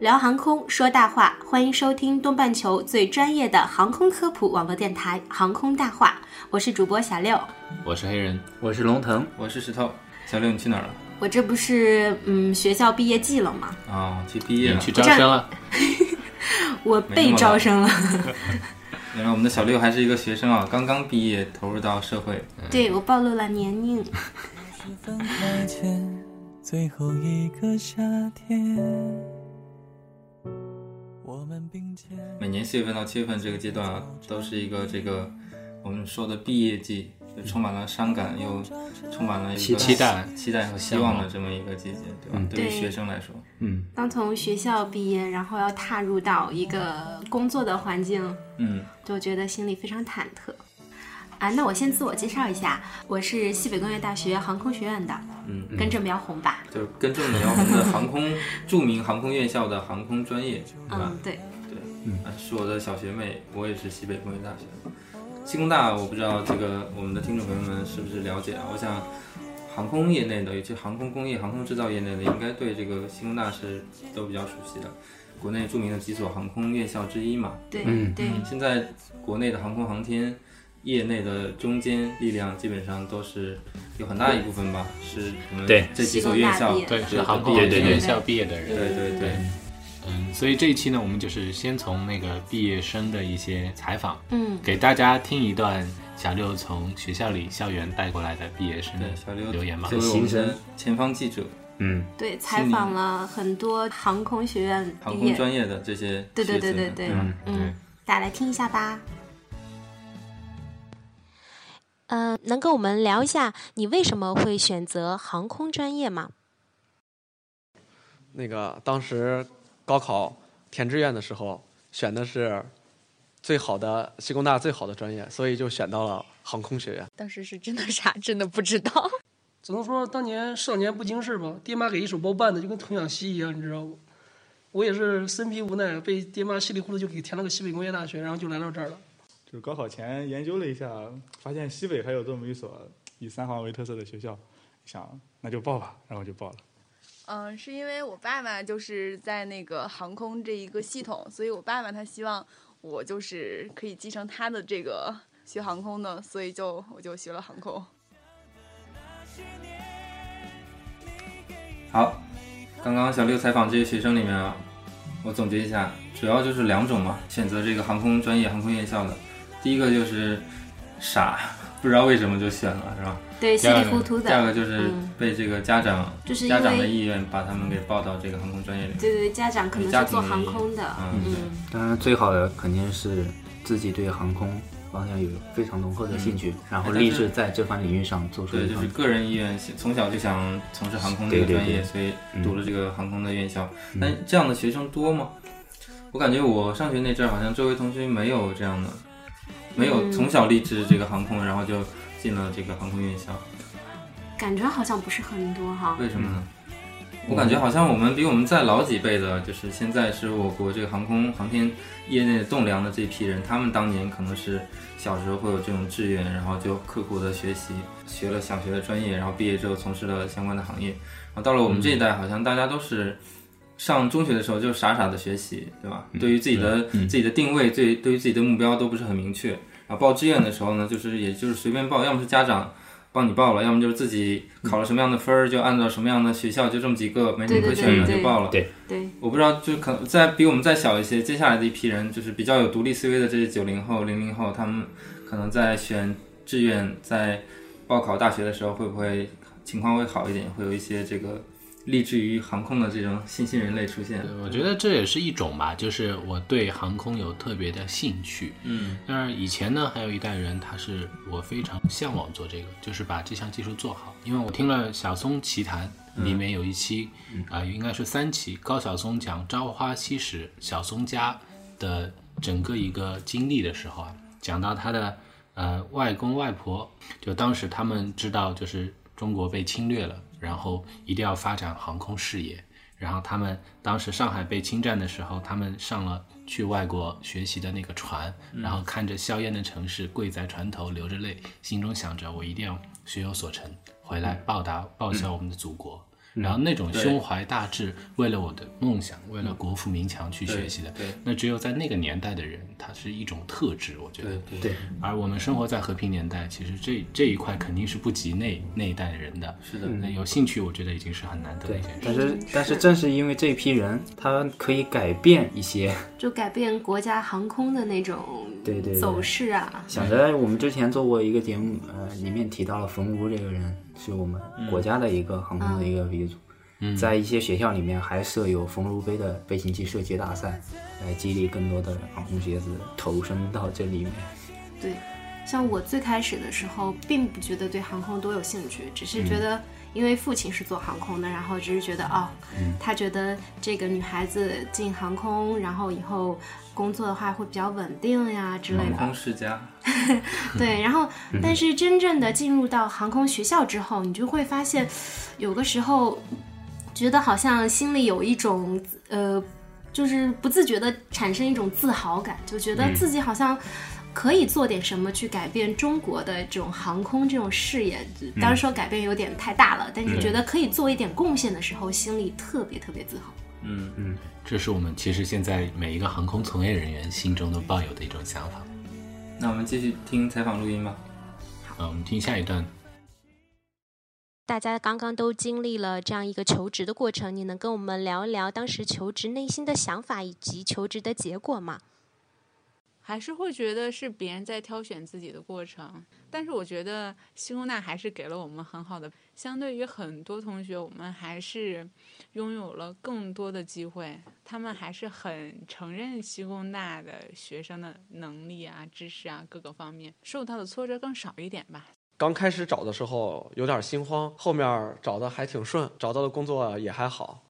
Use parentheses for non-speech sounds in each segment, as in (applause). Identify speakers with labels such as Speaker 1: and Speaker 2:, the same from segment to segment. Speaker 1: 聊航空说大话，欢迎收听东半球最专业的航空科普网络电台《航空大话》，我是主播小六。
Speaker 2: 我是黑人，
Speaker 3: 我是龙腾，我是石头。小六，你去哪儿了？
Speaker 1: 我这不是嗯学校毕业季了吗？
Speaker 3: 啊、去毕业
Speaker 2: 你
Speaker 3: 了。
Speaker 2: 去招生了？
Speaker 1: 我被招生了。
Speaker 3: 原来我们的小六还是一个学生啊，刚刚毕业，投入到社会。
Speaker 1: (laughs) 对我暴露了年龄。
Speaker 4: 是分开前最后一个夏天，我们并肩。
Speaker 3: 每年四月份到七月份这个阶段啊，都是一个这个我们说的毕业季，就充满了伤感，又充满了一
Speaker 2: 期
Speaker 3: 个
Speaker 2: 期待
Speaker 3: 嗯期待和嗯希望的这么一个季节，对吧？对于
Speaker 1: 对
Speaker 3: 学生来说，
Speaker 2: 嗯，
Speaker 1: 刚从学校毕业，然后要踏入到一个工作的环境，
Speaker 3: 嗯，
Speaker 1: 就觉得心里非常忐忑。啊，那我先自我介绍一下，我是西北工业大学航空学院的，
Speaker 3: 嗯，
Speaker 1: 跟着苗红吧。
Speaker 3: 就是跟着你要红的航空 (laughs) 著名航空院校的航空专业，对吧
Speaker 1: 嗯？，对，
Speaker 3: 对，啊是我的小学妹，我也是西北工业大学的。西工大，我不知道这个我们的听众朋友们是不是了解啊？我想，航空业内的，尤其航空工业、航空制造业内的，应该对这个西工大是都比较熟悉的，国内著名的几所航空院校之一嘛。
Speaker 1: 对，
Speaker 2: 嗯
Speaker 1: 对，
Speaker 3: 现在国内的航空航天业内的中坚力量，基本上都是有很大一部分吧，是我们
Speaker 5: 对
Speaker 3: 这几所院校
Speaker 1: 西工大毕业
Speaker 2: 对，
Speaker 3: 对
Speaker 2: 是航空
Speaker 3: 对
Speaker 2: 航
Speaker 3: 对
Speaker 2: 天
Speaker 3: 对
Speaker 2: 院校毕业的人。
Speaker 3: 对对对，
Speaker 2: 嗯，所以这一期呢，我们就是先从那个毕业生的一些采访，
Speaker 1: 嗯，
Speaker 2: 给大家听一段小六从学校里校园带过来的毕业生
Speaker 3: 对，小刘
Speaker 2: 留言嘛嗯
Speaker 3: 作。为我
Speaker 5: 行
Speaker 3: 们
Speaker 5: 程
Speaker 3: 的前方记者，
Speaker 5: 嗯，
Speaker 1: 对，采
Speaker 3: 心里
Speaker 1: 访了很多航空学院
Speaker 3: 航
Speaker 1: 毕
Speaker 3: 空
Speaker 1: 业，
Speaker 3: 专业的这些
Speaker 1: 对对
Speaker 3: 学啊子
Speaker 1: 对对
Speaker 3: 们
Speaker 1: 对
Speaker 3: 吧
Speaker 2: 嗯，对
Speaker 1: 嗯，大家来听一下吧。
Speaker 6: 呃，能跟我们聊一下你为什么会选择航空专业吗？
Speaker 7: 那个当时高考填志愿的时候选的是最好的西工大最好的专业，所以就选到了航空学院。
Speaker 8: 当时是真的傻，真的不知道。
Speaker 9: 只能说当年少年不经事吧，爹妈给一手包办的，就跟童养媳一样，你知道不？我也是身疲无奈，被爹妈稀里糊涂就给填了个西北工业大学，然后就来到这儿了。
Speaker 10: 就是高考前研究了一下，发现西北还有这么一所以三航为特色的学校，想那就报吧，然后就报了。
Speaker 8: 嗯，是因为我爸爸就是在那个航空这一个系统，所以我爸爸他希望我就是可以继承他的这个学航空的，所以就我就学了航空。
Speaker 3: 好，刚刚小六采访这些学生里面啊，我总结一下，主要就是两种嘛，选择这个航空专业、航空院校的，第一个就是傻，不知道为什么就选了，是吧？
Speaker 1: 对，稀
Speaker 3: 第二
Speaker 1: 里
Speaker 3: 个
Speaker 1: 糊涂
Speaker 3: 第二
Speaker 1: 的，
Speaker 3: 个就是
Speaker 1: 嗯
Speaker 3: 被这个家长、
Speaker 1: 就是因
Speaker 3: 家长的
Speaker 1: 为
Speaker 3: 意愿把他们给报到这个航空专业里面。
Speaker 1: 对对，对家长可能
Speaker 3: 家
Speaker 1: 是
Speaker 3: 庭
Speaker 1: 做
Speaker 3: 的
Speaker 1: 航
Speaker 3: 原因
Speaker 1: 空的，
Speaker 3: 嗯对
Speaker 1: 嗯，
Speaker 5: 当然最好的肯定是自己对航空方向有非常浓厚的兴趣，
Speaker 2: 嗯
Speaker 5: 然后立
Speaker 2: 哎
Speaker 5: 志在这番领域上做出
Speaker 3: 对，
Speaker 5: 一
Speaker 3: 就
Speaker 5: 番
Speaker 3: 是个人意愿，从小就想从事航空这个
Speaker 5: 对对
Speaker 3: 专业，
Speaker 5: 对
Speaker 3: 所以
Speaker 5: 嗯
Speaker 3: 读了这个航空的院校。那这样的学生多吗？我感觉我上学那阵儿，好像周围同学没有这样的，没有
Speaker 1: 嗯
Speaker 3: 从小立志这个航空，然后就进了这个航空院校。
Speaker 1: 感觉好像不是很多哈。
Speaker 3: 为什么呢？我感觉好像我们比我们再老几辈的，就是现在是我国这个航空航天业内栋梁的这批人，他们当年可能是小时候会有这种志愿，然后就刻苦的学习，学了想学的专业，然后毕业之后从事了相关的行业。然后到了我们这一代，好像大家都是上中学的时候就傻傻的学习，对吧？对于自己的、自己的定位，对对于自己的目标都不是很明确。然后报志愿的时候呢，就是也就是随便报，要么是家长帮你报了，要么就是自己考了什么样的分儿，就按照什么样的学校，就这么几个没什么可选的
Speaker 1: 对对对
Speaker 3: 就报了。
Speaker 1: 对，
Speaker 3: 我不知道，就可能在比我们再小一些，接下来的一批人，就是比较有独立思维的这些九零后、零零后，他们可能在选志愿、在报考大学的时候，会不会情况会好一点？会有一些这个立志于航空的这种新兴人类出现？
Speaker 2: 我觉得这也是一种吧，就是我对航空有特别的兴趣。
Speaker 3: 嗯，
Speaker 2: 当然以前呢，还有一代人，他是我非常向往做这个，就是把这项技术做好。因为我听了小松奇谈，里面有一期
Speaker 5: 嗯
Speaker 2: 啊、应该是三期，高晓松讲《朝花夕拾》小松家的整个一个经历的时候啊，讲到他的呃外公外婆，就当时他们知道就是中国被侵略了，然后一定要发展航空事业，然后他们当时上海被侵占的时候，他们上了去外国学习的那个船，
Speaker 3: 嗯
Speaker 2: 然后看着硝烟的城市，跪在船头流着泪，心中想着我一定要学有所成，回来报答报效我们的祖国。
Speaker 3: 嗯
Speaker 2: 然后那种
Speaker 3: 对
Speaker 2: 胸怀大志，为了我的梦想，为了国富民强去学习的
Speaker 3: 对对，
Speaker 2: 那只有在那个年代的人，他是一种特质，我觉得。
Speaker 3: 对对对
Speaker 2: 而我们生活在和平年代，其实这这一块肯定是不及那那一代人的。
Speaker 3: 是
Speaker 5: 的
Speaker 2: 那有兴趣，我觉得已经是很难得的
Speaker 5: 对
Speaker 2: 一件，事。
Speaker 5: 但是但是正是因为这一批人，他可以改变一些。
Speaker 1: 就改变国家航空的那种
Speaker 5: 对对对
Speaker 1: 走势啊。
Speaker 5: 想着我们之前做过一个节目，呃，里面提到了冯吴这个人是我们国家的一个航空的一个鼻祖，
Speaker 2: 嗯
Speaker 5: 在一些学校里面还设有冯如杯的飞行器设计大赛，来激励更多的航空学子投身到这里面。
Speaker 1: 对，像我最开始的时候，并不觉得对航空多有兴趣，只是觉得因为父亲是做航空的，然后只是觉得哦，
Speaker 5: 嗯
Speaker 1: 他觉得这个女孩子进航空，然后以后工作的话会比较稳定呀之类
Speaker 3: 航
Speaker 1: 的。
Speaker 3: 空世家，
Speaker 1: 对，然后
Speaker 3: 嗯
Speaker 1: 但是真正的进入到航空学校之后，你就会发现，有的时候觉得好像心里有一种呃，就是不自觉的产生一种自豪感，就觉得
Speaker 6: 嗯
Speaker 1: 自己好像。可以做点什么去改变中国的这种航空这种事业？当然说改变有点太大了，但是
Speaker 2: 嗯
Speaker 1: 觉得可以做一点贡献的时候，心里特别特别自豪。
Speaker 3: 嗯
Speaker 2: 嗯，这是我们其实现在每一个航空从业人员心中都抱有的一种想法。
Speaker 3: 那我们继续听采访录音吧。
Speaker 2: 啊，我们听下一段。
Speaker 6: 大家刚刚都经历了这样一个求职的过程，你能跟我们聊一聊当时求职内心的想法以及求职的结果吗？
Speaker 11: 还是会觉得是别人在挑选自己的过程。但是我觉得西工大还是给了我们很好的，相对于很多同学，我们还是拥有了更多的机会。他们还是很承认西工大的学生的能力啊、知识啊各个方面，受到的挫折更少一点吧。
Speaker 7: 刚开始找的时候有点心慌，后面找的还挺顺，找到的工作也还好。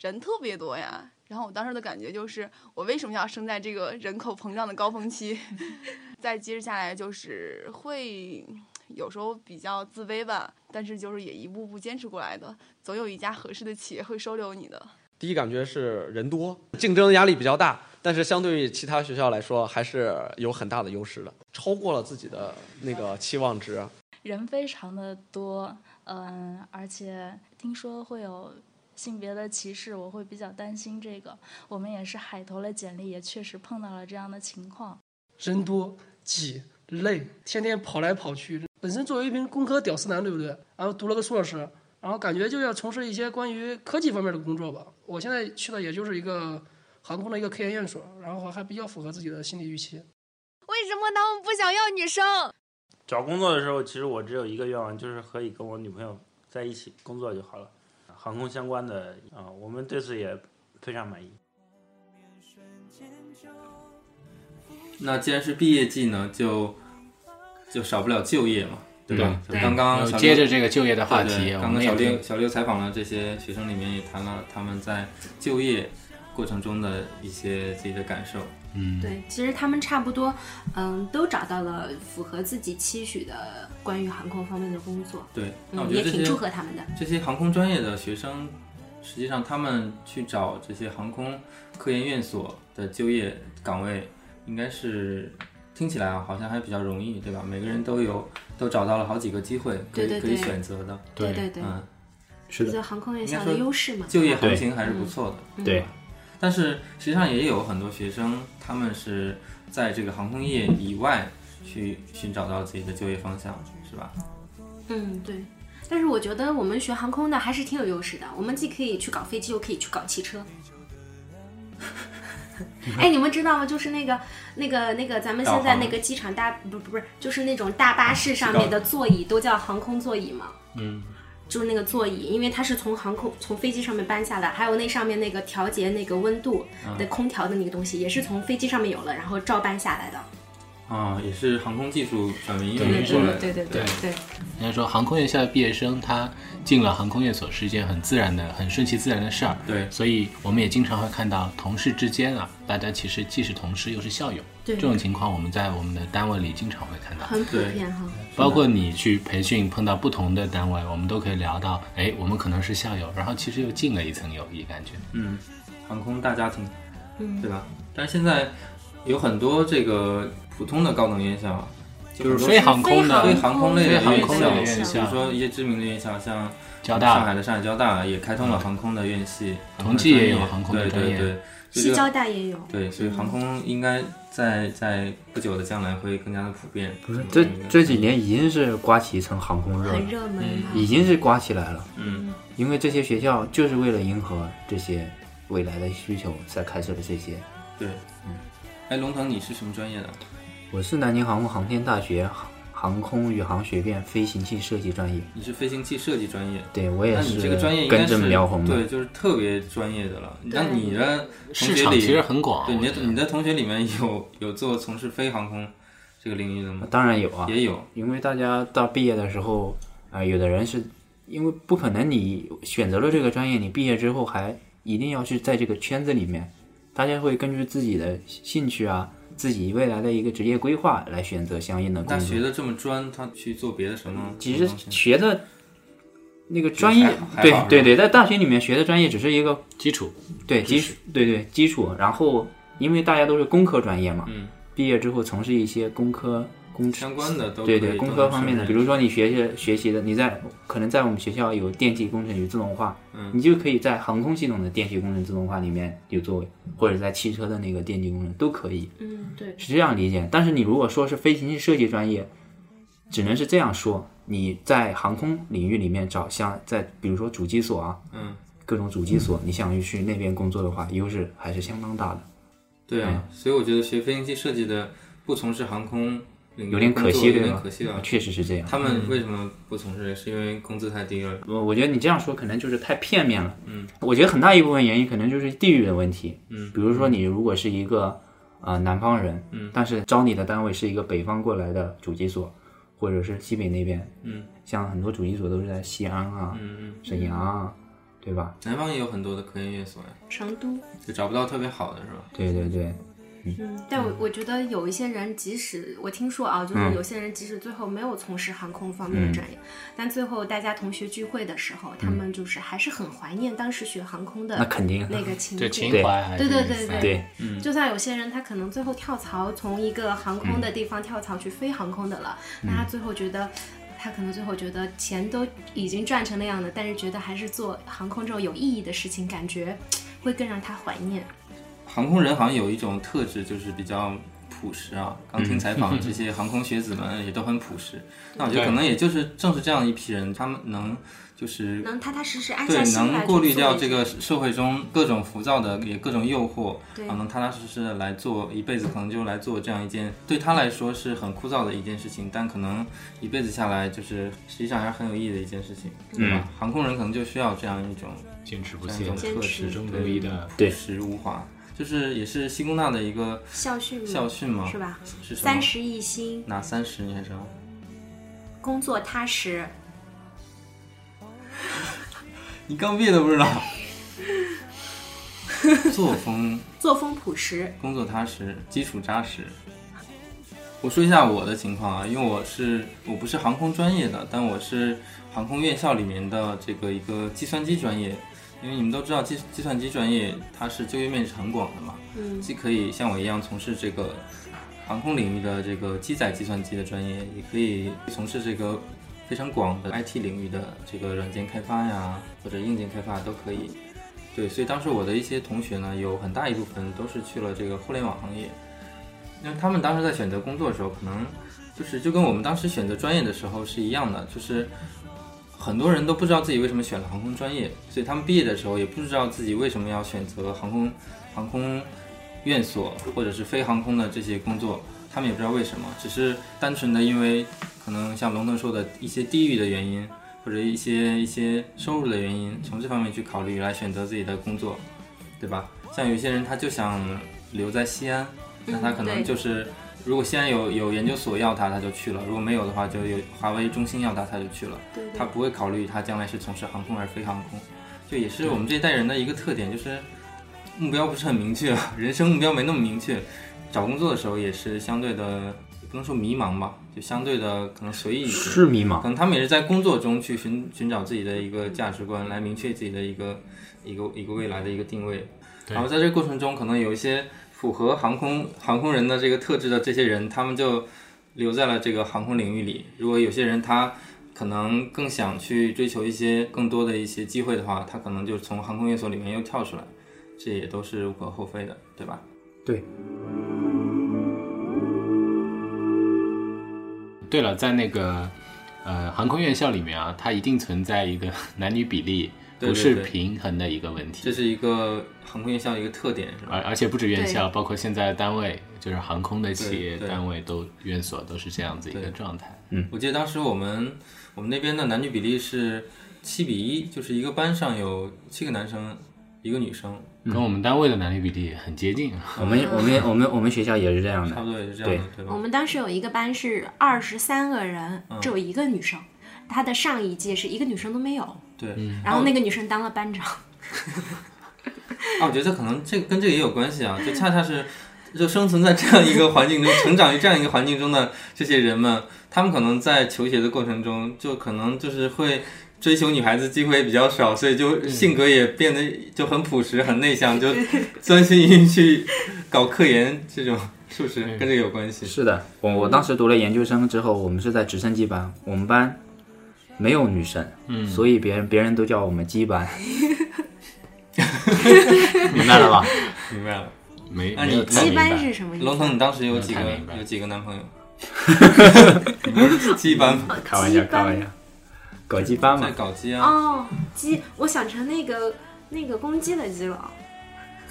Speaker 8: 人特别多呀。然后我当时的感觉就是，我为什么要生在这个人口膨胀的高峰期？ (laughs) 再接着下来就是会有时候比较自卑吧，但是就是也一步步坚持过来的，总有一家合适的企业会收留你的。
Speaker 7: 第一感觉是人多，竞争压力比较大，但是相对于其他学校来说，还是有很大的优势的，超过了自己的那个期望值。啊
Speaker 12: 人非常的多，嗯，而且听说会有性别的歧视，我会比较担心这个。我们也是海投了简历，也确实碰到了这样的情况。
Speaker 9: 人多挤累，天天跑来跑去。本身作为一名工科屌丝男，对不对？然后读了个硕士，然后感觉就要从事一些关于科技方面的工作吧。我现在去的也就是一个航空的一个科研院所，然后还比较符合自己的心理预期。
Speaker 13: 为什么他们不想要女生？
Speaker 14: 找工作的时候，其实我只有一个愿望，就是可以跟我女朋友在一起工作就好了。航空相关的啊、我们对此也非常满意。
Speaker 3: 那既然是毕业季呢，就就少不了就业嘛，对吧？
Speaker 2: 对
Speaker 3: 刚刚
Speaker 2: 对
Speaker 3: 小
Speaker 2: 接着
Speaker 3: 六
Speaker 2: 这个就业的话题
Speaker 3: 对对
Speaker 2: 我
Speaker 3: 刚
Speaker 2: 们
Speaker 3: 刚
Speaker 2: 也
Speaker 3: 小六
Speaker 2: 听
Speaker 3: 小六采访了这些学生，里面也谈了他们在就业过程中的一些自己的感受。
Speaker 2: 嗯，
Speaker 1: 对，其实他们差不多，嗯，都找到了符合自己期许的关于航空方面的工作。
Speaker 3: 对，那我
Speaker 1: 嗯，
Speaker 3: 觉得
Speaker 1: 也
Speaker 3: 这些
Speaker 1: 挺祝贺他们的。
Speaker 3: 这些航空专业的学生，实际上他们去找这些航空科研院所的就业岗位，应该是听起来啊，好像还比较容易，对吧？每个人都有都找到了好几个机会可
Speaker 1: 对
Speaker 3: 以
Speaker 1: 对
Speaker 3: 可以
Speaker 1: 对
Speaker 3: 选择的。
Speaker 1: 对对对
Speaker 3: 嗯，
Speaker 1: 这就航空院
Speaker 3: 应该
Speaker 1: 校
Speaker 3: 说
Speaker 1: 的优势嘛。
Speaker 3: 就业行情还是不错的。
Speaker 1: 嗯对
Speaker 3: 吧，但是实际上也有很多学生，他们是在这个航空业以外去寻找到自己的就业方向，是吧？
Speaker 1: 嗯，对。但是我觉得我们学航空的还是挺有优势的，我们既可以去搞飞机，又可以去搞汽车。 (laughs) 哎，你们知道吗？就是那个、那个、那个，咱们现
Speaker 6: 导
Speaker 1: 在
Speaker 6: 航
Speaker 1: 那个机场大不不不是，就是那种大
Speaker 3: 啊
Speaker 1: 巴士上面的座椅都叫航空座椅嘛。
Speaker 2: 嗯，
Speaker 1: 就是那个座椅，因为它是从航空从飞机上面搬下来，还有那上面那个调节那个温度
Speaker 3: 嗯
Speaker 1: 的空调的那个东西，也是从飞机上面有了，然后照搬下来的。
Speaker 3: 啊，也是航空技术转为应
Speaker 2: 对
Speaker 3: 用过来的，
Speaker 11: 对对对对。
Speaker 2: 应该说，航空院校的毕业生他进了航空院所是一件很自然的、很顺其自然的事儿。
Speaker 3: 对，
Speaker 2: 所以我们也经常会看到同事之间啊，大家其实既是同事又是校友。
Speaker 1: 对
Speaker 2: 这种情况，我们在我们的单位里经常会看到，
Speaker 1: 很普遍哈。
Speaker 2: 包括你去培训碰到不同的单位，我们都可以聊到，哎，我们可能是校友，然后其实又近了一层友谊，感觉。
Speaker 3: 嗯，航空大家庭，
Speaker 1: 嗯
Speaker 3: 对吧？但是现在有很多这个普通的高等院校，
Speaker 2: 就是
Speaker 3: 很多
Speaker 2: 非航空的
Speaker 3: 非航空类的
Speaker 2: 非航空类的
Speaker 3: 院
Speaker 2: 院
Speaker 3: 校，
Speaker 2: 校
Speaker 3: 比如说一些知名的院校，像
Speaker 2: 交大嗯
Speaker 3: 上海的上海交大也开通了航空的院系，
Speaker 2: 同济也有
Speaker 3: 航
Speaker 2: 航
Speaker 3: 空
Speaker 2: 空
Speaker 3: 的
Speaker 2: 的
Speaker 3: 专
Speaker 2: 专
Speaker 3: 业
Speaker 2: 业
Speaker 3: 对对对，
Speaker 1: 西
Speaker 3: 所以这个
Speaker 1: 交大也有
Speaker 3: 对，所以航空应该在在不久的将来会更加的普遍。不
Speaker 5: 是这这几年已经是刮起一层航空热了，
Speaker 1: 很热门啊
Speaker 2: 嗯
Speaker 5: 已经是刮起来了。
Speaker 3: 嗯，
Speaker 5: 因为这些学校就是为了迎合这些未来的需求才开设的这些。
Speaker 3: 对，嗯，哎，龙腾，你是什么专业的？
Speaker 5: 我是南京航空航天大学航航空宇航学院飞行器设计专业。
Speaker 3: 你是飞行器设计专业，
Speaker 5: 对我也
Speaker 3: 那你
Speaker 5: 是
Speaker 3: 这个专业应该
Speaker 5: 根正
Speaker 3: 是
Speaker 5: 苗红的
Speaker 3: 对，就是特别专业的了。
Speaker 5: 对
Speaker 3: 那你的同
Speaker 2: 市
Speaker 3: 学
Speaker 2: 场
Speaker 3: 里
Speaker 2: 其实很广
Speaker 3: 对，你
Speaker 2: 我
Speaker 3: 的你的同学里面有有做从事非航空这个领域的吗？
Speaker 5: 当然有啊，
Speaker 3: 也有，
Speaker 5: 因为大家到毕业的时候，啊、有的人是因为不可能你选择了这个专业，你毕业之后还一定要去在这个圈子里面，大家会根据自己的兴趣啊，自己未来的一个职业规划来选择相应的工
Speaker 3: 那
Speaker 5: 作
Speaker 3: 学。的这么专，他去做别的什么？
Speaker 5: 其实学的那个专业，
Speaker 3: 还
Speaker 5: 对
Speaker 3: 还好
Speaker 5: 对对，在大学里面学的专业只是一个
Speaker 2: 基础，
Speaker 5: 对基础，对对基础。然后因为大家都是工科专业嘛，
Speaker 3: 嗯，
Speaker 5: 毕业之后从事一些工科工
Speaker 3: 相关的都
Speaker 5: 对
Speaker 3: 可
Speaker 5: 对
Speaker 3: 以
Speaker 5: 工
Speaker 3: 都
Speaker 5: 科
Speaker 3: 能
Speaker 5: 方面
Speaker 3: 胜
Speaker 5: 的，
Speaker 3: 任
Speaker 5: 比如说你学习学习的，你在可能在我们学校有电气工程与自动化，
Speaker 3: 嗯
Speaker 5: 你就可以在航空系统的电气工程自动化里面有作为，或者在汽车的那个电气工程都可以。
Speaker 1: 嗯，对，
Speaker 5: 是这样理解。但是你如果说是飞行器设计专业，只能是这样说：你在航空领域里面找像在比如说主机所啊，
Speaker 3: 嗯，
Speaker 5: 各种主机所，你想去那边工作的话，优势还是相当大的。
Speaker 3: 对啊，
Speaker 5: 哎
Speaker 3: 所以我觉得学飞行器设计的不从事航空领域
Speaker 5: 有点
Speaker 3: 工
Speaker 5: 可
Speaker 3: 作
Speaker 5: 惜
Speaker 3: 有
Speaker 5: 对
Speaker 3: 点
Speaker 5: 吧
Speaker 3: 可惜啊，
Speaker 5: 确实是这样
Speaker 3: 他们
Speaker 5: 嗯
Speaker 3: 为什么不从事？是因为工资太低了。
Speaker 5: 我我觉得你这样说可能就是太片面了。
Speaker 3: 嗯，
Speaker 5: 我觉得很大一部分原因可能就是地域的问题。
Speaker 3: 嗯
Speaker 5: 比如说你如果是一个呃南方人，
Speaker 3: 嗯
Speaker 5: 但是招你的单位是一个北方过来的主机所，或者是西北那边，
Speaker 3: 嗯，
Speaker 5: 像很多主机所都是在西安啊、
Speaker 3: 嗯嗯
Speaker 5: 沈阳啊，对吧？
Speaker 3: 南方也有很多的科研院所呀，
Speaker 1: 成都。
Speaker 3: 就找不到特别好的是吧？
Speaker 5: 对对对，
Speaker 1: 嗯，但我我觉得有一些人，即使我听说啊，就是
Speaker 5: 嗯
Speaker 1: 有些人即使最后没有从事航空方面的
Speaker 5: 嗯
Speaker 1: 专业，但最后大家同学聚会的时候，他们就是还是很怀念当时学航空的
Speaker 5: 那肯定啊
Speaker 1: 那个情
Speaker 2: 对
Speaker 1: 景，
Speaker 2: 情怀还
Speaker 1: 对
Speaker 2: 是
Speaker 1: 对对
Speaker 2: 在
Speaker 5: 对
Speaker 3: 嗯
Speaker 1: 就算有些人他可能最后跳槽从一个航空的地方跳槽去非航空的了，
Speaker 3: 嗯
Speaker 1: 那他最后觉得。他可能最后觉得钱都已经赚成那样了，但是觉得还是做航空这种有意义的事情，感觉会更让他怀念。
Speaker 3: 航空人好像有一种特质，就是比较朴实啊。刚听采访，这些航空学子们也都很朴实。那我觉得可能也就是正是这样一批人，他们能就是
Speaker 1: 能踏踏实实按下
Speaker 3: 对，
Speaker 1: 心来
Speaker 3: 能
Speaker 1: 去
Speaker 3: 过滤
Speaker 1: 做
Speaker 3: 掉
Speaker 1: 一
Speaker 3: 这
Speaker 1: 件
Speaker 3: 个社会中各种浮躁的，也各种诱惑，
Speaker 1: 对
Speaker 3: 啊，能踏踏实实的来做，一辈子可能就来做这样一件对他来说是很枯燥的一件事情，但可能一辈子下来，就是实际上还是很有意义的一件事情，对吧？航空人可能就需要这样一种
Speaker 2: 坚持不
Speaker 3: 这样一种
Speaker 2: 懈
Speaker 3: 特
Speaker 2: 始
Speaker 3: 质，
Speaker 2: 终
Speaker 3: 对
Speaker 2: 如一的
Speaker 3: 朴实无华，就是也是西工大的一个
Speaker 1: 校训嘛
Speaker 3: 校训嘛，
Speaker 1: 嗯是吧？
Speaker 3: 是什么
Speaker 1: 三十一心，
Speaker 3: 哪三十年什么？
Speaker 1: 工作踏实。
Speaker 3: 你刚毕业都不
Speaker 1: (laughs)
Speaker 3: 知道，作风。
Speaker 1: 作风朴实，
Speaker 3: 工作踏实，基础扎实。我说一下我的情况啊，因为我是我不是航空专业的，但我是航空院校里面的这个一个计算机专业。因为你们都知道计计算机专业它是就业面是很广的嘛，
Speaker 1: 嗯
Speaker 3: 既可以像我一样从事这个航空领域的这个机载计算机的专业，也可以从事这个非常广的 IT 领域的这个软件开发呀，或者硬件开发都可以。对，所以当时我的一些同学呢，有很大一部分都是去了这个互联网行业，因为他们当时在选择工作的时候，可能就是就跟我们当时选择专业的时候是一样的，就是很多人都不知道自己为什么选了航空专业，所以他们毕业的时候也不知道自己为什么要选择航空航空院所或者是非航空的这些工作，他们也不知道为什么，只是单纯的因为可能像龙腾说的一些地域的原因，或者一些一些收入的原因，从这方面去考虑来选择自己的工作，对吧？像有些人他就想留在西安，那他可能
Speaker 14: 对
Speaker 3: 就是如果现在有有研究所要他，他就去了；如果没有的话，就有华为、中兴要他，他就去了。
Speaker 15: 对对
Speaker 3: 他不会考虑他将来是从事航空还是非航空，就也是我们这一代人的一个特点，就是目标不是很明确， (laughs) 人生目标没那么明确。找工作的时候也是相对的，也不能说迷茫吧，就相对的可能随意一些。
Speaker 5: 是迷茫
Speaker 3: 可能他们也是在工作中去寻寻找自己的一个价值观，来明确自己的一个一个一个未来的一个定位。
Speaker 2: 对
Speaker 3: 然后在这个过程中，可能有一些符合航空航空人的这个特质的这些人，他们就留在了这个航空领域里。如果有些人他可能更想去追求一些更多的一些机会的话，他可能就从航空院所里面又跳出来，这也都是无可厚非的，对吧？
Speaker 2: 对了，在那个呃航空院校里面啊，它一定存在一个 (laughs) 男女比例
Speaker 3: 对对
Speaker 2: 不是
Speaker 3: 对
Speaker 2: 平衡的一个问题，
Speaker 3: 这是一个航空院校的一个特点，是吧？
Speaker 2: 而而且不止院校，
Speaker 3: 对
Speaker 2: 包括现在单位，就是航空的企业
Speaker 3: 对对
Speaker 2: 单位都院所都是这样子一个状态。
Speaker 5: 嗯，
Speaker 3: 我记得当时我们我们那边的男女比例是七比一，就是一个班上有七个男生，一个女生，
Speaker 2: 跟我们单位的男女比例很接近。啊
Speaker 3: (laughs)
Speaker 5: 我们我们我们我们学校也是这样的，
Speaker 3: 差不多也是这
Speaker 5: 对
Speaker 3: 样的，对吧
Speaker 1: 我？们当时有一个班是二十三个人，
Speaker 3: 嗯
Speaker 1: 只有一个女生，她的上一届是一个女生都没有，
Speaker 3: 对，
Speaker 1: 然后那个女生当了班长。
Speaker 3: 啊，我觉得这可能这跟这个也有关系啊，就恰恰是就生存在这样一个环境中，成长于这样一个环境中的这些人们，他们可能在求学的过程中，就可能就是会追求女孩子机会比较少，所以就性格也变得就很朴实、很内向，就专心于去搞科研这种，是不是跟这个有关系？
Speaker 5: 是的，我我当时读了研究生之后，我们是在直升机班，我们班没有女生，
Speaker 3: 嗯
Speaker 5: 所以别人别人都叫我们鸡班， (laughs) 明白了吧？
Speaker 3: 明白了。
Speaker 2: 没
Speaker 3: 那
Speaker 5: 没
Speaker 3: 你
Speaker 5: 有太鸡明白
Speaker 1: 班是什么意思
Speaker 3: 龙腾，你当时有几个
Speaker 5: 没有太明
Speaker 3: 有几个男朋友？你不是鸡班
Speaker 1: 哦
Speaker 3: 吗？
Speaker 5: 开玩笑，开玩笑，搞鸡班嘛
Speaker 3: 在，搞基啊？
Speaker 1: 哦，鸡，我想成那个那个公鸡的鸡了，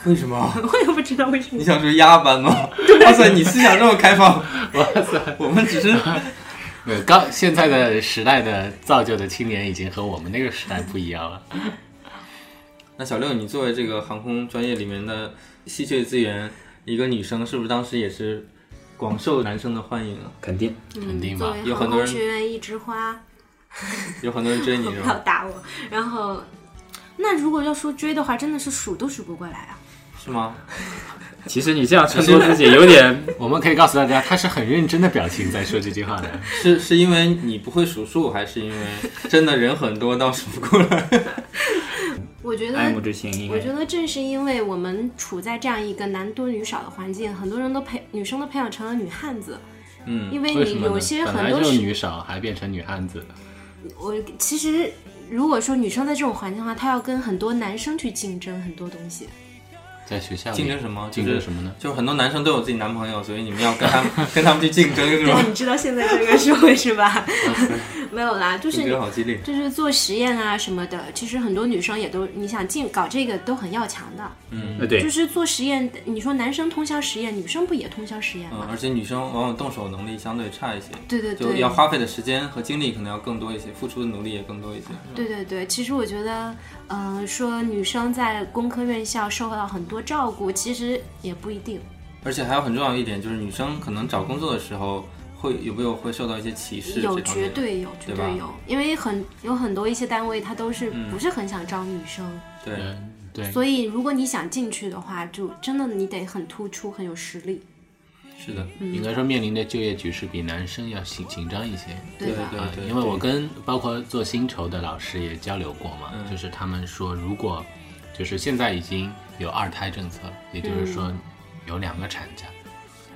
Speaker 3: 为什么？
Speaker 1: (laughs) 我也不知道为什么。
Speaker 3: 你
Speaker 5: 嗯
Speaker 3: 想说鸭班吗？哇塞，你思想这么开放！
Speaker 2: 哇塞，
Speaker 3: (laughs) 我们只是
Speaker 2: 没有刚现在的时代的造就的青年已经和我们那个时代不一样了。
Speaker 3: 那小六，你作为这个航空专业里面的稀缺资源，一个女生是不是当时也是广受男生的欢迎啊？
Speaker 5: 肯定，
Speaker 1: 嗯，作为
Speaker 3: 有
Speaker 1: 航
Speaker 3: 很
Speaker 1: 空
Speaker 3: 多人
Speaker 1: 学院一枝花，
Speaker 3: 有很多人追你是
Speaker 1: 不要
Speaker 3: 吧？
Speaker 1: 打我。然后，那如果要说追的话，真的是数都数不过来啊。
Speaker 3: 是吗？
Speaker 5: 其实你这样衬托自己有点，
Speaker 2: 我们可以告诉大家，他是很认真的表情在说这句话的。
Speaker 3: 是是因为你不会数数，还是因为真的人很多到数不过来？
Speaker 1: 我觉得
Speaker 5: 爱慕之心应该
Speaker 1: 我觉得正是因为我们处在这样一个男多女少的环境，很多人都培女生都培养成了女汉子。
Speaker 2: 嗯
Speaker 1: 因为
Speaker 2: 为什
Speaker 1: 你
Speaker 2: 么呢
Speaker 1: 有些
Speaker 2: 本
Speaker 1: 很
Speaker 2: 来
Speaker 1: 多
Speaker 2: 就
Speaker 1: 时
Speaker 2: 女少，还变成女汉子，
Speaker 1: 我其实如果说女生在这种环境的话，她要跟很多男生去竞争很多东西。
Speaker 2: 在学校里
Speaker 3: 竞争什么？
Speaker 2: 竞争什么呢？？
Speaker 3: 就是很多男生都有自己男朋友，所以你们要跟他们
Speaker 1: (laughs)
Speaker 3: 跟他们去竞争，是
Speaker 1: 对，？
Speaker 3: 吧
Speaker 1: 哦你知道现在这个社会是
Speaker 3: (laughs)
Speaker 1: 吧？没有啦，就是
Speaker 3: 竞争好激烈
Speaker 1: 就是做实验啊什么的。其实很多女生也都，你想进搞这个都很要强的。
Speaker 3: 嗯
Speaker 5: 呃对
Speaker 1: 就是做实验，你说男生通宵实验，女生不也通宵实验
Speaker 3: 嗯
Speaker 1: 吗？，
Speaker 3: 而且女生往往动手能力相对差一些，
Speaker 1: 对对
Speaker 3: 就
Speaker 1: 对
Speaker 3: 要花费的时间和精力可能要更多一些，付出的努力也更多一些。
Speaker 1: 对对对，其实我觉得，嗯、说女生在工科院校受到很多照顾，其实也不一定。
Speaker 3: 而且还有很重要一点就是，女生可能找工作的时候会有没有会受到一些歧视这方
Speaker 1: 有
Speaker 3: 面？
Speaker 1: 绝对有，绝
Speaker 3: 对吧
Speaker 1: 对有，因为很有很多一些单位，他都是
Speaker 3: 嗯
Speaker 1: 不是很想招女生，
Speaker 3: 对
Speaker 2: 对
Speaker 1: 所以如果你想进去的话，就真的你得很突出，很有实力。
Speaker 3: 是的，
Speaker 1: 嗯
Speaker 2: 应该说面临的就业局势比男生要紧紧张一些。
Speaker 1: 对的
Speaker 3: 对
Speaker 2: 啊
Speaker 3: 对对嗯
Speaker 2: 因为我跟包括做薪酬的老师也交流过嘛，就是他们说，如果就是现在已经有二胎政策，也就是说
Speaker 14: 嗯
Speaker 2: 有两个产假。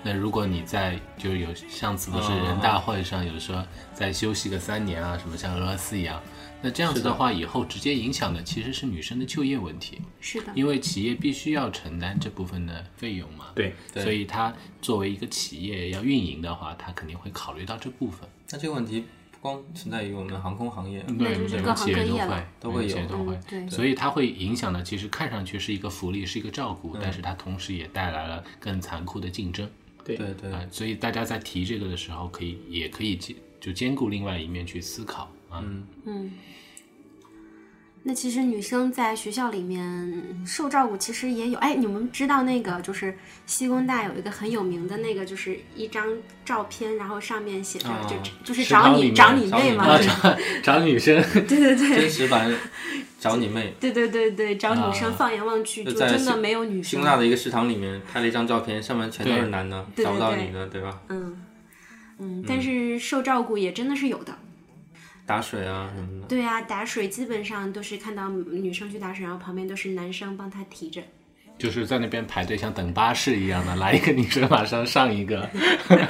Speaker 2: 那如果你在就是有上次不是
Speaker 14: 哦
Speaker 2: 人大会上有说再休息个三年啊，什么像俄罗斯一样，那这样子
Speaker 14: 是的
Speaker 2: 的话，以后直接影响的其实是女生的就业问题。
Speaker 1: 是的，
Speaker 2: 因为企业必须要承担这部分的费用嘛。
Speaker 5: 对
Speaker 3: 对
Speaker 2: 所以它作为一个企业要运营的话，它肯定会考虑到这部分。
Speaker 3: 那这个问题不光存在于我们航空行业，
Speaker 1: 嗯
Speaker 2: 对，每个企业嗯都会，
Speaker 3: 都会
Speaker 2: 每个
Speaker 3: 有
Speaker 2: 企业，都会，
Speaker 3: 对
Speaker 2: 所以它会影响的。其实看上去是一个福利，是一个照顾，
Speaker 3: 嗯
Speaker 2: 但是它同时也带来了更残酷的竞争。
Speaker 5: 对
Speaker 3: 对对
Speaker 2: 啊所以大家在提这个的时候，可以也可以兼就兼顾另外一面去思考啊。
Speaker 3: 嗯
Speaker 1: 嗯，那其实女生在学校里面受照顾，其实也有。哎，你们知道那个就是西工大有一个很有名的那个，就是一张照片，然后上面写着、
Speaker 2: 啊
Speaker 1: 就就是
Speaker 2: 食
Speaker 1: 找
Speaker 2: 堂里
Speaker 1: 你
Speaker 2: 面
Speaker 1: 你妹嘛，
Speaker 2: 啊找找女生，
Speaker 1: 对对对
Speaker 3: 真实版找你妹，
Speaker 1: 对对对对，找女生。
Speaker 3: 啊
Speaker 1: 放眼望去，
Speaker 3: 就
Speaker 1: 就
Speaker 3: 在
Speaker 1: 真的没有女
Speaker 3: 清
Speaker 1: 生。
Speaker 3: 大的一个食堂里面拍了一张照片，上面全都
Speaker 1: 对
Speaker 3: 是男的，
Speaker 1: 对对
Speaker 3: 找不到
Speaker 1: 对
Speaker 3: 女的，对吧？
Speaker 1: 嗯嗯，但是受照顾也真的是有的。
Speaker 3: 打水啊什么的。
Speaker 1: 对啊，打水基本上都是看到女生去打水，然后旁边都是男生帮她提着。
Speaker 2: 就是在那边排队，像等巴士一样的，来一个女生马上上一个，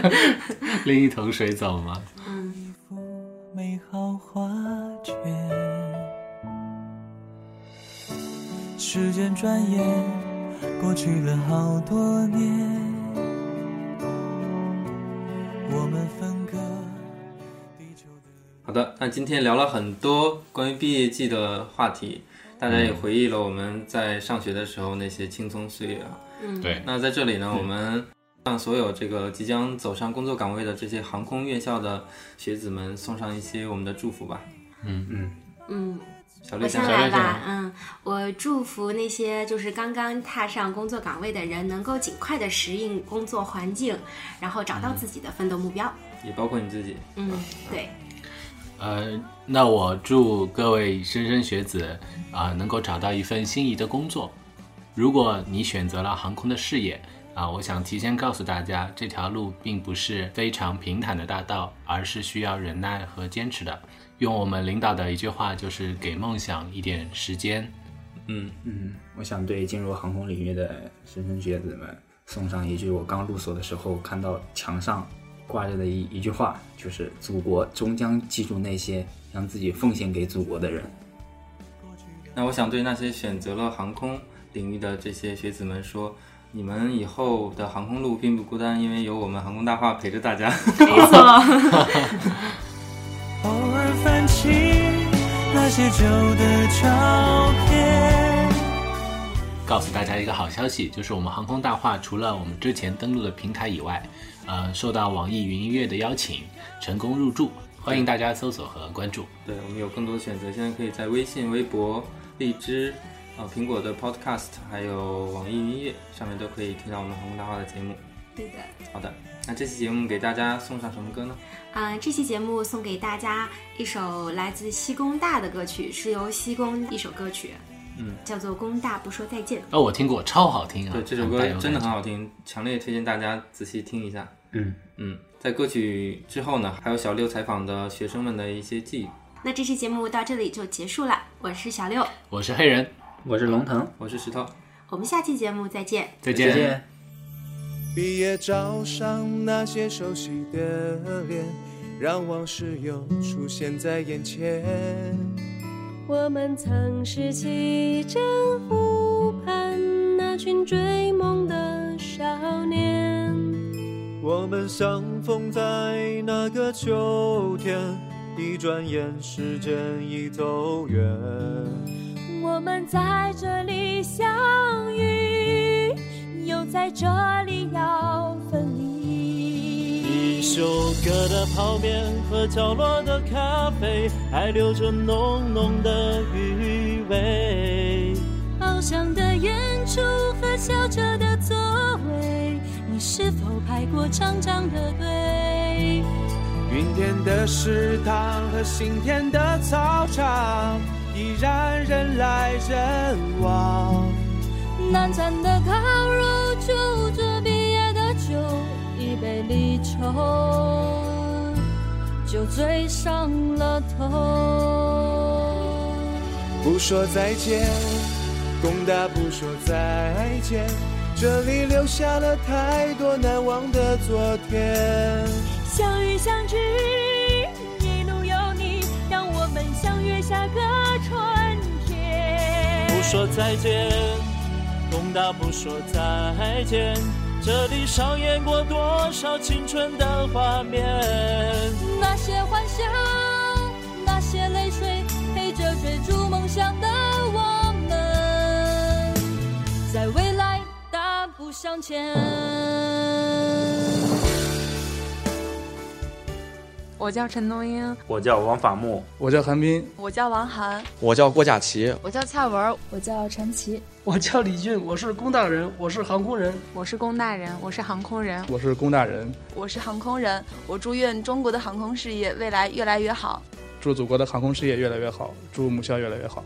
Speaker 2: (laughs) 拎一桶水走嘛。
Speaker 1: 嗯，
Speaker 4: 美好画卷。时间转眼过去了好多年，我们分隔。
Speaker 3: 好的，那今天聊了很多关于毕业季的话题，大家也回忆了我们在上学的时候那些青葱岁月啊。
Speaker 2: 嗯对
Speaker 3: 那在这里呢，
Speaker 2: 嗯
Speaker 3: 我们向所有这个即将走上工作岗位的这些航空院校的学子们送上一些我们的祝福吧。
Speaker 2: 嗯
Speaker 3: 嗯，
Speaker 1: 嗯，
Speaker 3: 小
Speaker 1: 我
Speaker 3: 绿
Speaker 1: 先
Speaker 3: 讲，
Speaker 1: 来吧，嗯，我祝福那些就是刚刚踏上工作岗位的人，能够尽快的适应工作环境，然后
Speaker 3: 嗯
Speaker 1: 找到自己的奋斗目标。
Speaker 3: 也包括你自己。
Speaker 1: 嗯，对，
Speaker 2: 呃，那我祝各位莘莘学子啊、能够找到一份心仪的工作。如果你选择了航空的事业啊、我想提前告诉大家，这条路并不是非常平坦的大道，而是需要忍耐和坚持的。用我们领导的一句话，就是给梦想一点时间。
Speaker 3: 嗯
Speaker 5: 嗯，我想对进入航空领域的莘莘学子们送上一句我刚入所的时候看到墙上挂着的一一句话，就是“祖国终将记住那些让自己奉献给祖国的人
Speaker 3: 那我想对那些选择了航空领域的这些学子们说，你们以后的航空路并不孤单，因为有我们航空大话陪着大家。没
Speaker 4: 错偶尔翻起那些旧的照片。
Speaker 2: 告诉大家一个好消息，就是我们航空大话除了我们之前登录的平台以外，呃，受到网易云音乐的邀请，成功入驻，欢迎大家搜索和关注。
Speaker 3: 对我们有更多的选择，现在可以在微信、微博、荔枝、呃苹果的 Podcast，还有网易云音乐上面都可以听到我们航空大话的节目。
Speaker 1: 对的。
Speaker 3: 好的，那这期节目给大家送上什么歌呢？
Speaker 1: 嗯、这期节目送给大家一首来自西工大的歌曲，是由西工一首歌曲，
Speaker 3: 嗯，
Speaker 1: 叫做《工大不说再见》。
Speaker 2: 哦，我听过，超好听啊！
Speaker 3: 对，这首
Speaker 2: 很
Speaker 3: 歌
Speaker 2: 带有感
Speaker 3: 真的很
Speaker 2: 情
Speaker 3: 好听，强烈推荐大家仔细听一下。
Speaker 5: 嗯
Speaker 3: 嗯，在歌曲之后呢，还有小六采访的学生们的一些记忆。
Speaker 1: 那这期节目到这里就结束了，我是小六，
Speaker 2: 我是黑人，
Speaker 5: 我是龙腾，
Speaker 3: 我是石头，
Speaker 1: 我们下期节目再见，
Speaker 2: 再见再见
Speaker 4: 毕业照上那些熟悉的脸，让往事又出现在眼前。
Speaker 15: 我们曾拾起征服盼那群追梦的少年，
Speaker 4: 我们相逢在那个秋天，一转眼时间已走远。
Speaker 15: 我们在这里相遇，又在这里要分离。
Speaker 4: 一宿隔的泡面和角落的咖啡，还留着浓浓的余味。
Speaker 15: 翱翔的远处和笑着的座位，你是否排过长长的队？
Speaker 4: 云天的食堂和新天的操场，依然人来人往。
Speaker 15: 南站的烤肉，就着毕业的酒，一杯离愁，酒醉上了头。
Speaker 4: 不说再见，工大不说再见，这里留下了太多难忘的昨天。
Speaker 15: 相遇相知，一路有你，让我们相约下个春天。
Speaker 4: 不说再见，工大不说再见，这里上演过多少青春的画面？
Speaker 15: 那些欢笑，那些泪水，陪着追逐梦想的我们，在未来大步向前。
Speaker 11: 我叫陈东英，
Speaker 14: 我叫王法木，
Speaker 10: 我叫韩冰，
Speaker 8: 我叫王涵，
Speaker 7: 我叫郭佳琪，
Speaker 13: 我叫蔡文，我叫陈琦，
Speaker 9: 我叫李俊，我是工大人，我是航空人，
Speaker 11: 我是工大人，我是航空人，
Speaker 10: 我是工大人，
Speaker 8: 我是航空人。我祝愿中国的航空事业未来越来越好。
Speaker 10: 祝祖国的航空事业越来越好，祝母校越来越好。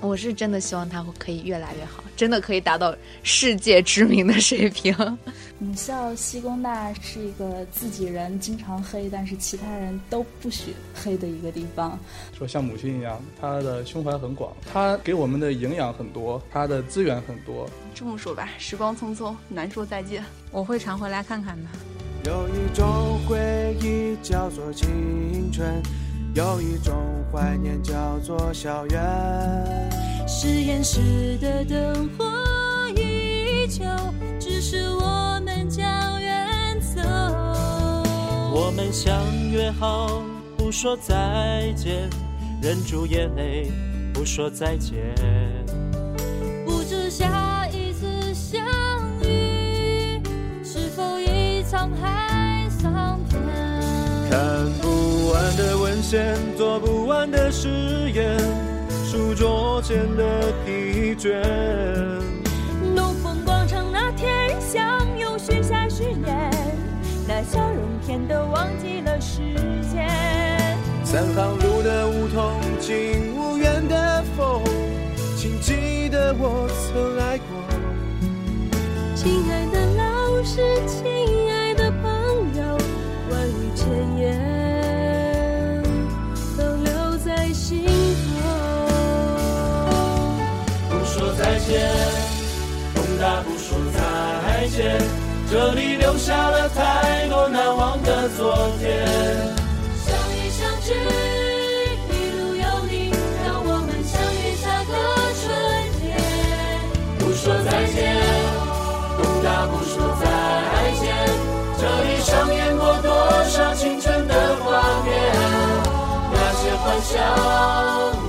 Speaker 13: 我是真的希望它会可以越来越好，真的可以达到世界知名的水
Speaker 16: (laughs)
Speaker 13: 平。
Speaker 16: 母校西工大是一个自己人经常黑，但是其他人都不许黑的一个地方。
Speaker 10: 说像母亲一样，她的胸怀很广，她给我们的营养很多，她的资源很多。
Speaker 8: 这么说吧，时光匆匆，难说再见。
Speaker 11: 我会常回来看看的。
Speaker 4: 有一种回忆叫做青春，有一种怀念叫做校园。
Speaker 15: 实验室的灯火依旧，只是我们将远走。
Speaker 4: 我们相约好，不说再见，忍住眼泪，不说再见。
Speaker 15: 不知下一次相遇是否已沧海桑田。
Speaker 4: 看不完的文献，做不完的誓言，书桌前的疲倦。
Speaker 15: 农风广场那天相拥许下誓言，那笑容甜得忘记了时间。
Speaker 4: 三行路的梧桐，近无缘的风，请记得我曾爱过。
Speaker 15: 亲爱的老师，亲爱的朋友，万语千言都留在心头。
Speaker 4: 不说再见，东大不说再见，这里留下了太多难忘的昨天。
Speaker 15: 相遇相知，一路有你，让我们相遇下个春天。
Speaker 4: 不说再见，东大不说再见，这里上演过多少青春的画面？那些欢笑，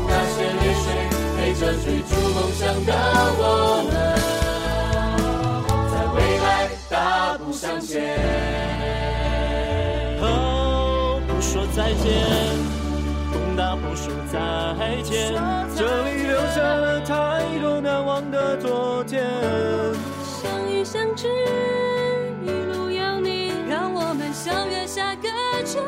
Speaker 4: 那些泪水，陪着追逐梦想的我们，在未来大步向前。哦，不说再见。东大不说再见，这里留下了太多难忘的昨天。
Speaker 15: 相遇相知，一路有你，让我们相约下个春